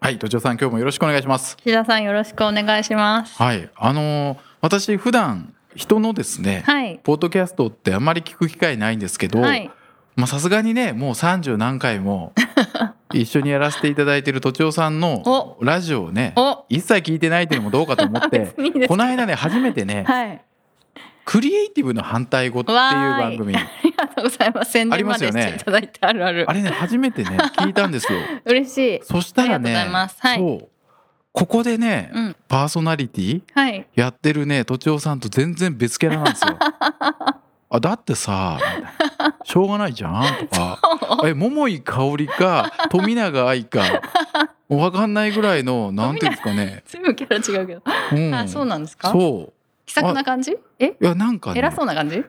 はい土壌さん今日もよろしくお願いします岸田さんよろしくお願いしますはいあのー私普段人のですね、はいポッドキャストってあまり聞く機会ないんですけど、はいまあさすがにねもう30何 回も一緒にやらせていただいている土地さんのおラジオをねお一切聞いてないというのもどうかと思って 別にいいですこの間ね初めてね、はいクリエイティブの反対語っていう番組ありがとうござい ます宣あり伝まますでよねしていただいてあるあるあれね初めてね聞いたんですよ嬉しいそしたありらねがとうございますはいそうここでね、うんパーソナリティはいやってるねとちおさんと全然別キャラなんです よ。あだってさみたいなしょうがないじゃんとかえ桃井かおりか富永愛か分かんないぐらいのなんていうんですかね、全部キャラ違うけど、うん、あそうなんですかそう気さくな感じえいやなんかね偉そうな感じ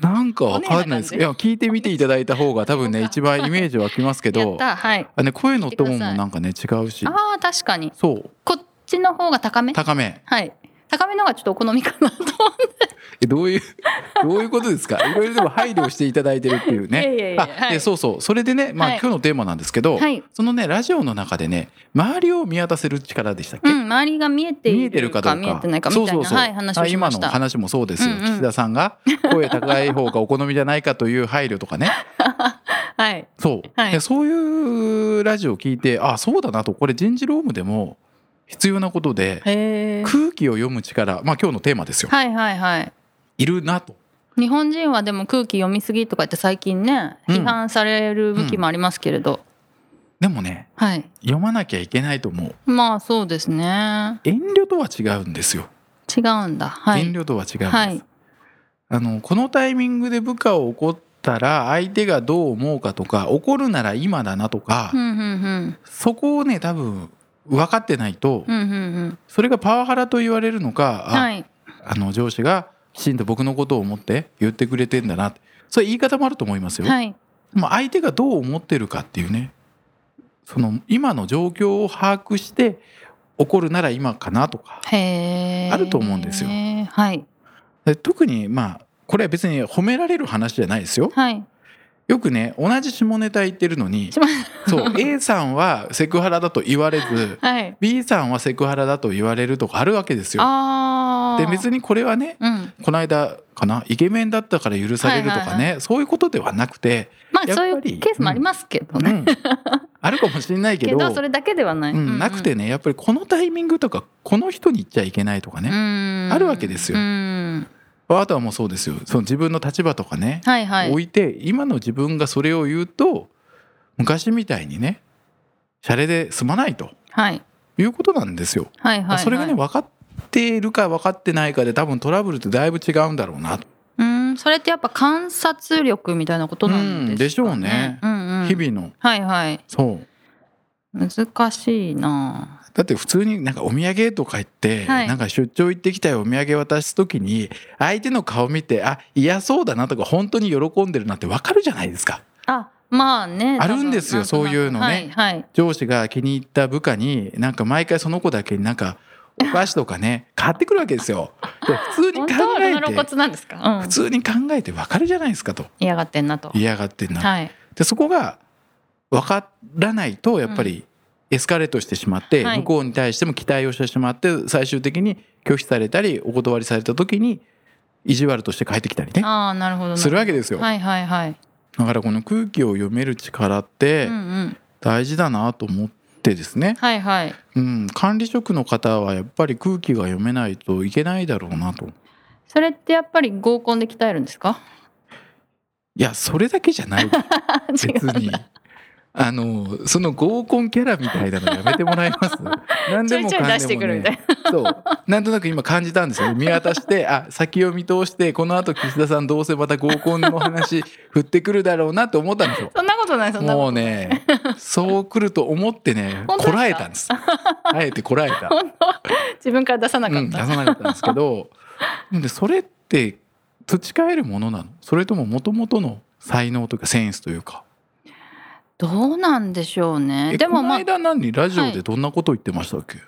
なんかわかんないですおい姉や聞いてみていただいた方が多分ね そうか一番イメージ湧きますけやっどたはいあ、ね、声のトー聞ンいてくださもいなんかね違うしあー確かにそうこっちの方が高め高めはい高めのがちょっとお好みかなと思ってえどういう どういうことですかいろいろでも配慮していただいてるっていうね。いやいやいやあはいでそうそうそれでね、まあはい今日のテーマなんですけど、はいそのねラジオの中でね周りを見渡せる力でしたっうけ、ん周りが見えて見いえてるるかかどうか見えてないかみそうたいそうなそう、はい話をしま今しのた話もそうですよ、うんうん岸田さんが声高い方がお好みじゃないかという配慮とかねはいそう、はいでそういうラジオを聞いてあそうだなとこれ人事労務でも必要なことでへー空気を読む力まあ今日のテーマですよ、はいはいはいい、るなと日本人はでも空気読みすぎとかって最近ねうん批判される武器もありますけれど、でもねはい読まなきゃいけないと思うまあそうですね遠慮とは違うんですよ、違うんだはい遠慮とは違うんです、はいあのこのタイミングで部下を怒ったら相手がどう思うかとか怒るなら今だなとか、うんうんそこをね多分分かってないと、うんうんうんうんそれがパワハラと言われるのか、あはいあの上司がきちんと僕のことを思って言ってくれてんだなってそういう言い方もあると思いますよ、はいまあ、相手がどう思ってるかっていうねその今の状況を把握して怒るなら今かなとかへえあると思うんですよはいで特にまあこれは別に褒められる話じゃないですよはいよくね同じ下ネタ言ってるのに下ネそう A さんはセクハラだと言われずはい B さんはセクハラだと言われるとかあるわけですよ。ああで別にこれはねうんこの間かなイケメンだったから許されるとかね、はいはそういうことではなくて、まあやっそぱうりいうケースもありますけどうね。ん、あるかもしれないけけどどそれだけではない。うん、なくてねやっぱりこのタイミングとかこの人に言っちゃいけないとかうね、んあるわけですようんあとはもうそうですよその自分の立場とかね、はいはい。置いて今の自分がそれを言うと昔みたいにねシャレで済まないとはいいうことなんですよ。はいはい。それがねはい分かっているか分かってないかで多分トラブルってだいぶ違うんだろうなと、うんそれってやっぱ観察力みたいなことなんですかね。うんでしょうねうんうん。日々のはいはい。そう難しいな。だって普通になんかお土産とか言って、はいなんか出張行ってきたよお土産渡す時に相手の顔見てあ嫌そうだなとか本当に喜んでるなって分かるじゃないですかあまあね。あるんですよ多分そういうのねはいはい。上司が気に入った部下になんか毎回その子だけになんかお菓子とか ね買ってくるわけですよで普通に考本当はえ露て骨なんですか。うん普。通に考えて分かるじゃないですかと嫌がってんなと。嫌がってんなはい。でそこが分からないとやっぱりエスカレートしてしまって、はい向こうに対しても期待をしてしまって最終的に拒否されたりお断りされた時に意地悪として帰ってきたりねああなるほど。するわけですよ、はいはいはい。だからこの空気を読める力ってうんうん。大事だなと思ってですね、はいはい。うん、管理職の方はやっぱり空気が読めないといけないだろうなとそれってやっぱり合コンで 鍛えるんですか。いやそれだけじゃない違別うんだにあのその合コンキャラみたいなのやめてもらえます 何ちでょいもちょいかん出しでてくも、るみたね、いそうなんとなく今感じたんですよ見渡してあ先を見通してこのあと岸田さんどうせまた合コンの話振ってくるだろうなと思ったんですよな。そんなことないそんなこともうねそう来ると思ってね 本当ですこからえたんですあえてこらえた、本当自分から出さなかうっん、出た、さなかったんですけ どでそれって培えるものなのそれとももともとの才能というかセンスというかどうなんでしょうねえでもまあこの間何ラジオはでいどんなこと言ってましたっけ、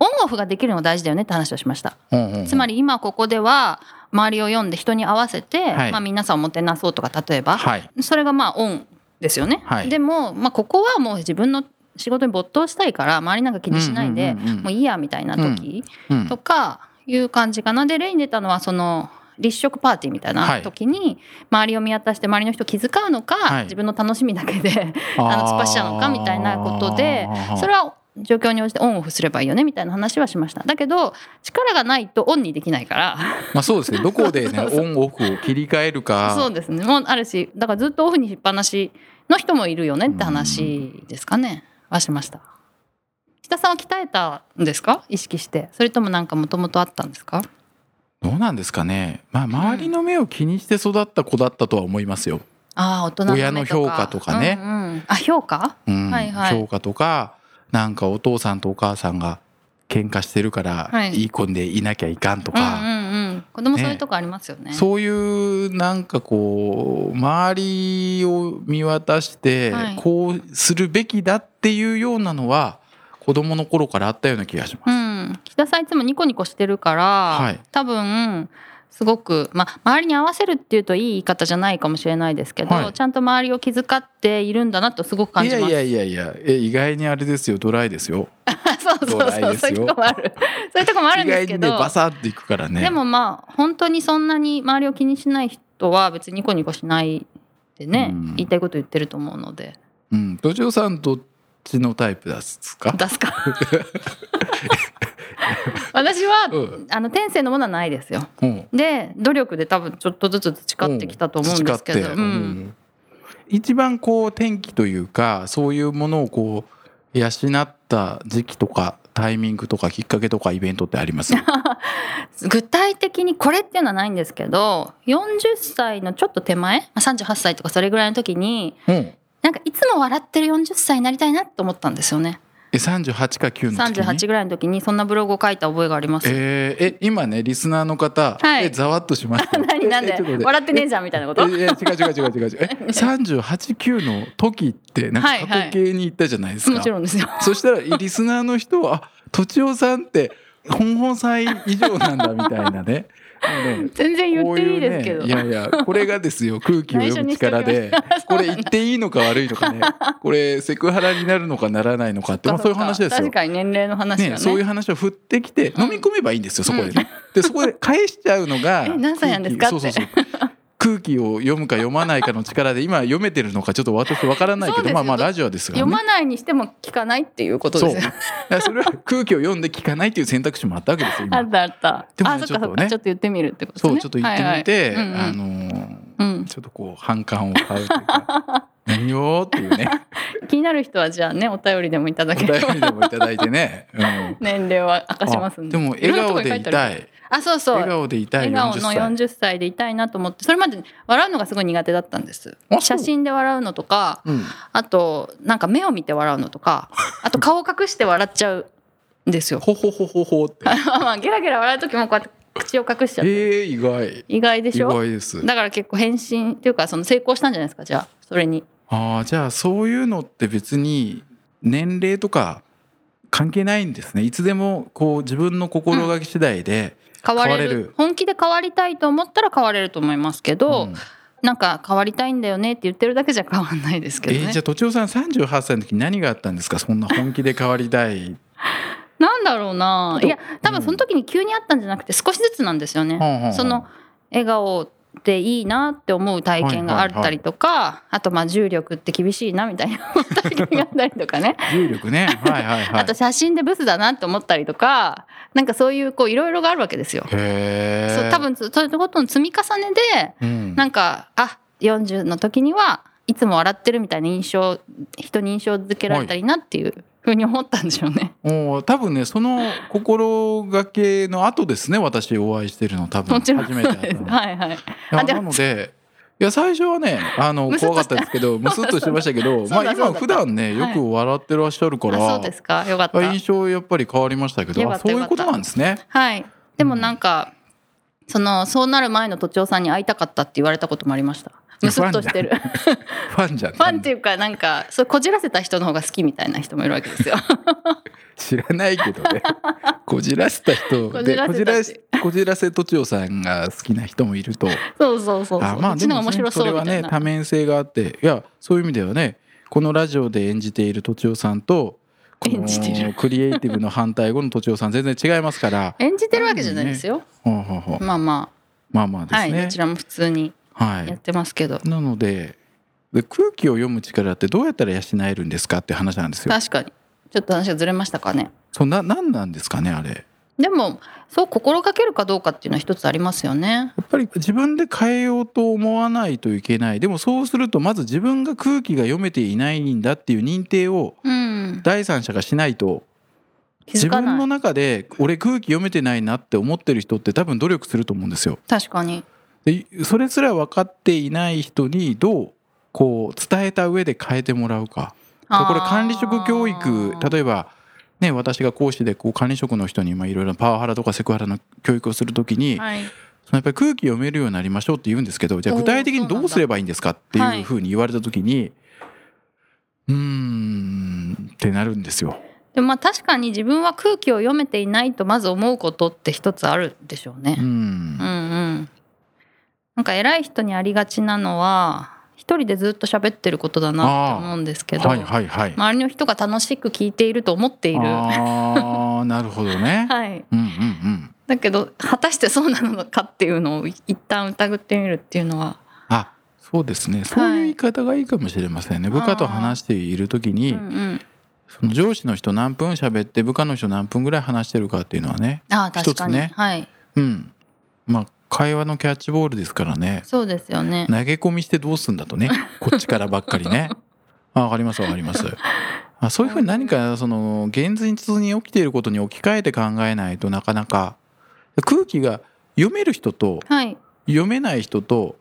オンオフができるのが大事だよねって話をしましたうんうんうんつまり今ここでは周りを読んで人に合わせて、はいまあ、皆さんをもてなそうとか例えば、はいそれがまあオンですよね、はいでも、まあ、ここはもう自分の仕事に没頭したいから周りなんか気にしないで、うんうんうんうんもういいやみたいな時うんとかいう感じかなで例に出たのはその立食パーティーみたいはない時に周りを見渡して周りの人気遣うのか、はい自分の楽しみだけであの突っ走ったのかみたいなことでそれはは状況に応じてオンオフすればいいよねみたいな話はしましただけど力がないとオンにできないからまあそうですねどこでね そうそうオンオフを切り替えるか そうですねもうあるしだからずっとオフにしっぱなしの人もいるよねって話ですかねはしました北さんは鍛えたんですか意識してそれともなんかもともとあったんですかどうなんですかねまあ周りの目を気にして育った子だったとは思いますよ、ああ大人の目親の評価とかねうんうんあ評価うんはいはい評価とかなんかお父さんとお母さんが喧嘩してるから、はいい、い子でいなきゃいかんとうんうか、んうん子供そういうとこありますよねそういうなんかこう周りを見渡してはいこうするべきだっていうようなのは子供の頃からあったような気がします。うん北さんいつもニコニコしてるから、はい多分すごく、まあ、周りに合わせるっていうといい言い方じゃないかもしれないですけど、はいちゃんと周りを気遣っているんだなとすごく感いじまやす。いやいやいやえ意外にあれですよドライですよ。 そうそうドライそうでそうすいようとこもあるそういうとこもあるん意です外けにどね、バサっていくからね。でもまあ本当にそんなに周りを気にしない人は別にニコニコしないでね、うん言いたいこと言ってると思うのでうん、土壌さんどっちのタイプですか？出 すか私は、うんあの天性のものはないですようんで努力で多分ちょっとずつ培ってきたと思うんですけど、培ってうん一番こう天気というかそういうものをこう養った時期とかタイミングとかきっかけとかイベントってあり ます？具体的にこれっていうのはないんですけど40歳のちょっと手前まあ38歳とかそれぐらいの時にうん。なんかいつも笑ってる40歳になりたいなと思ったんですよねえ三十八か九の時に。 38ぐらいの時にそんなブログを書いた覚えがありますえーえ今ねリスナーの方、はいえざわっとしましたよ。 何なんでえちょっと待笑ってねえじゃんみたいなことええ違う違う違う違う違う。え三十八九の時ってなんはいかは過い去形に行ったじゃないですか。もちろんですよ そしたらリスナーの人はあとちおさんって本本歳以上なんだみたいな ね。もうね全然言こっうていいいうですけねど、いやいやこれがですよ空気を読む力でこれ言っていいのか悪いの かねこれセクハラになるのかならないのかってまあそういう話ですよ確。かに年齢の話がねね、そういう話を振ってきてうん飲み込めばいいんですよ、そこでね。でそこで返しちゃうのが え何歳なんですか空気ってそうそうそう空気を読むか読まないかの力で今読めてるのかちょっと私わからないそけうでどすよまあまあラジオですから読ね。まないにしても聞かないっていうことそでうすだよからそれは空気を読んで聞かないっていう選択肢もあったわけですよ今あったあった、でもあねそちょっかそっっかとねちょっと言ってみるってことですそねうちょっと言ってみて、はいはいあうんのうーんうんちょっとこう反感を買うというか 何よーっていう ね気になる人はじゃあねお便りでもいただおければ便りでもいただいてね、うん年齢は明かしますあんででも笑顔でいいろんなとこに書てあたるいあそうそう笑顔でいたい笑顔40の歳40歳でいたいなと思ってそれまで笑うのがすごい苦手だったんですあそう写真で笑うのとかうんあとなんか目を見て笑うのとかあと顔隠して笑っちゃうんで すよほほほほほってまあゲラゲラ笑う時もこうやって口を隠しちゃってえー、意外意外で意しょ外ですだから結構変身っていうかその成功したんじゃないですかじゃあそれにああじゃあそういうのって別に年齢とか関係ないんですねいつでもこう自分の心がけ次第で、変われる変われる本気で変わりたいと思ったら変われると思いますけど、うんなんか変わりたいんだよねって言ってるだけじゃ変わんないですけどえねー、じゃあとちおさん38歳の時何があったんですかそんな本気で変わりたいなんだろうなちいょっやと多分その時に急にあったんじゃなくて少しずつなんですよね、その笑顔でいいなって思う体験があったりとか、あとまあ重力って厳しいなみたいな体験があったり とかね、重力 ねはいはいはあとい写真でブスだなって思ったりとかなんかそういうこういろいろがあるわけですよ。へえそう多、分そういうことの積み重ねうでんなんかあ40の時にはいつも笑ってるみたいな印象人に印象づけられたりなっていうふうに思ったんでしょうね。おー多分ねその心がけの後ですね私お会いしてるの多分もちろん初めてそう会でったす。の はいはい。いやあでなものでいや最初はねあのむすっ怖とかしったたですけ どむすっとしてましたけどまそうあだそう今だ普段ねよはいく笑ってらっしゃるから、あそうですか。よかった。印象やっぱり変わりましたけどよかあっそたういよかうったことなんですね。はい。でもなんか、そのそうなる前の都庁さんに会いたかったって言われたこともありました。むすっとしてる。ファンじゃん ファンっていうかなんかそうこじらせた人の方が好きみたいな人もいるわけで すよ。知らないけど ねこじらせた人こでじらせこたじらせしこじらせ都庁さんが好きな人もいるとそうそうそうそう。あまあうでちのもが面ね白そそれうみはたいねな。多面性があっていやそういう意味ではねこのラジオで演じている都庁さんとこ演じてのるクリエイティブの反対語の都庁さん全然違いますから演じてるわけじゃないですよ。ほうほうほうまあままあまああ、はい、でどすちね。らも普通にはやっい、てますけど、なのでで空気を読む力ってどうやったら養えるんですかって話なんですよ。確かにちょっと話がずれましたかね。そんな何なんですかねあれ。でもそう心がけるかどうかっていうのは一つありますよね。やっぱり自分で変えようと思わないといけないでもそうするとまず自分が空気が読めていないんだっていう認定をうん、第三者がしないと気自づか分なのい。中で俺空気読めてないなって思ってる人って多分努力すると思うんですよ。確かに。でそれすら分かっていない人にどうこう伝えた上で変えてもらうか。あーこれ管理職教育例えば、ね、私が講師でこう管理職の人にまあいろいろパワハラとかセクハラの教育をするときに、はい、そのやっぱり空気読めるようになりましょうって言うんですけどじゃあおー具体的にどうすればいいんですかってはいいうふうに言われたときに、うーんってなるんですよ。でもまあ確かに自分は空気を読めていないとまず思うことって一つあるでしょううね。んうんうん。なんか偉い人にありがちなのは一人でずっと喋ってることだなと思うんですけど、はいはいはい。周りの人が楽しく聞いていると思っている。はああなるほど ね。い。うんうんうん。だけど果たしてそうなのかっていうのを一旦疑ってみるっていうのは、あそうですねそういう言い方がいいかもしれませんね。部下と話しているときうに、んうん、その上司の人何分喋って部下の人何分ぐらい話してるかっていうのはね、ああ確かに、一つねはいうん、まあ会話のキャッチボールですからねそうですよ ね。投げ込みしてどうすんだとねこっちからばっかりね あわかりますわかりますあそういうふうに何かその現実に起きていることに置き換えて考えないとなかなか空気が読める人とはい、読めない人と、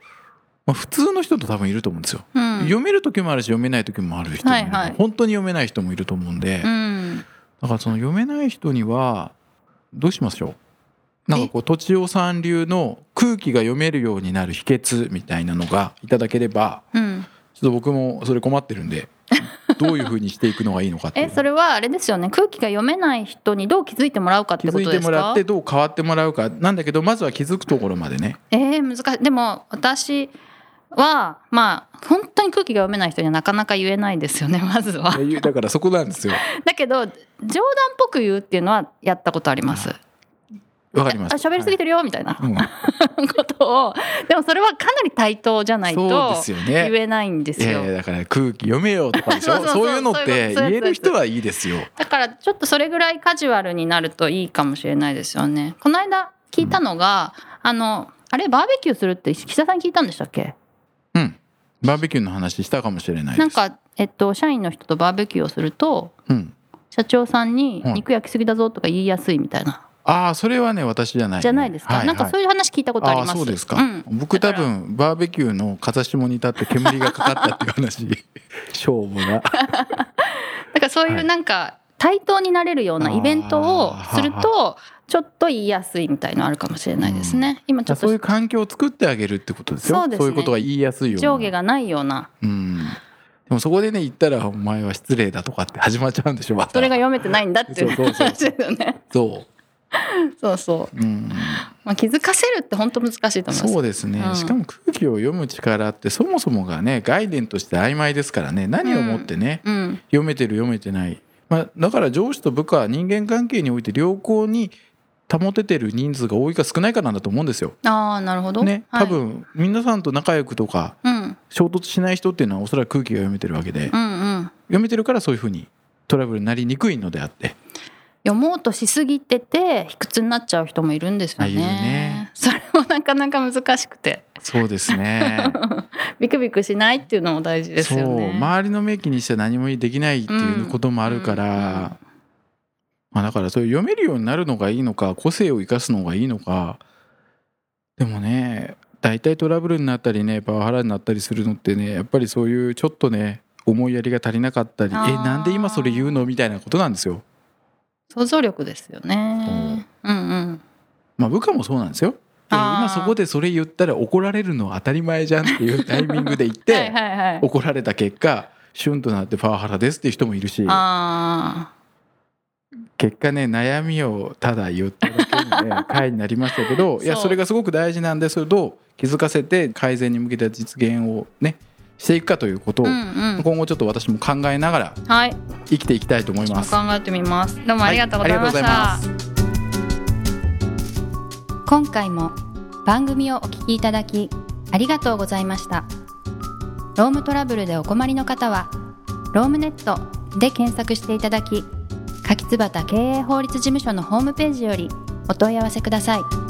まあ、普通の人と多分いると思うんですよ、うん、読める時もあるし読めない時もある人もいる、はいはい本当に読めない人もいると思うんで、うん、だからその読めない人にはどうしましょうなんかこうとちおさん流の空気が読めるようになる秘訣みたいなのがいただければうん、ちょっと僕もそれ困ってるんでどういうふうにしていくのがいいのかっていうえそれはあれですよね空気が読めない人にどう気づいてもらうかっ気てこづいとてですもらっかてどう変わってもらうかなんだけどまずは気づくところまでねえー、難しいでも私はまあ本当に空気が読めない人にはなかなか言えないですよね まずはっていうだからそこなんですよだけど冗談っぽく言うっていうのはやったことありますわかりますあ喋りすぎててるよみたいなうん、ことをでもそれはかなり対等じゃないそうとですよ言ねえないんですいやよいやだから空気読めよとかでしょそうそうそうそういうのっそういてうことそうい言うことえる人はいいですよだからちょっとそれぐらいカジュアルになるといいかもしれないですよねこの間聞いたのが、あのあれバーベキューするって岸田さんに聞いたんでしたっけうんバーベキューの話したかもしれないですなんか、えっと、社員の人とバーベキューをするとうん社長さんにはい肉焼きすぎだぞとか言いやすいみたいな、ああそれはね私じゃないね、じゃないですか、ははなんかそういう話聞いたことありますああそうですか、うん僕多だから分バーベキューの風下に立って煙がかかったっていう話勝負 がだからそういはういなんか対等になれるようなイベントをするあとちょっと言いやすいみたいのあるかもしれないですね、今ちょっそういうと環境を作ってあげるってことですよそうですねいうことが言いやすいような上下がないようなうんでもそこでね言ったら「お前は失礼だ」とかって始まっちゃうんでしょまたそれが読めてないんだっていうそうそうそう話ですよねそそうそうう、 うん、まあ、気づかせるって本当難しいと思いますそうですね、うんしかも空気を読む力ってそもそもがね概念として曖昧ですからね何をもってね、うん読めてる読めてない、まあ、だから上司と部下は人間関係において良好に保ててる人数が多いか少ないかなんだと思うんですよ。ああなるほどね、はい多分、皆さんと仲良くとかうん衝突しない人っていうのはおそらく空気が読めてるわけで、うんうん読めてるからそういうふうにトラブルになりにくいのであって読もうとしすぎてて卑屈になっちゃう人もいるんですよねあいるねそれもなかなか難しくて そうですねビクビクしないっていうのも大事ですよね。周りの目気にして何もできないっていうこともあるから、うんうんまあ、だからそれ読めるようになるのがいいのか個性を生かすのがいいのかでもね大体トラブルになったりねパワハラになったりするのってねやっぱりそういうちょっとね思いやりが足りなかったりえあーなんで今それ言うのみたいなことなんですよ。想像力ですよね。うんうん。まあ部下もそうなんですよ。であー今そこでそれ言ったら怒られるのは当たり前じゃんっていうタイミングで言って はいはいはい。怒られた結果シュンとなってパワハラですっていう人もいるしあ結果ね悩みをただ言っただけの、ね、回になりましたけどいや そうそれがすごく大事なんでそれをどう気づかせて改善に向けた実現をねしていくかということを、あ。うんうん。今後ちょっと私も考えながらはい。生きていきたいと思いちょまっとす。考えてみます。どうもありがとうございました。はいありがとうございます今回も番組をお聞きいただきありがとうございましたロームトラブルでお困りの方は「ロームネット」で検索していただき柿椿経営法律事務所のホームページよりお問い合わせください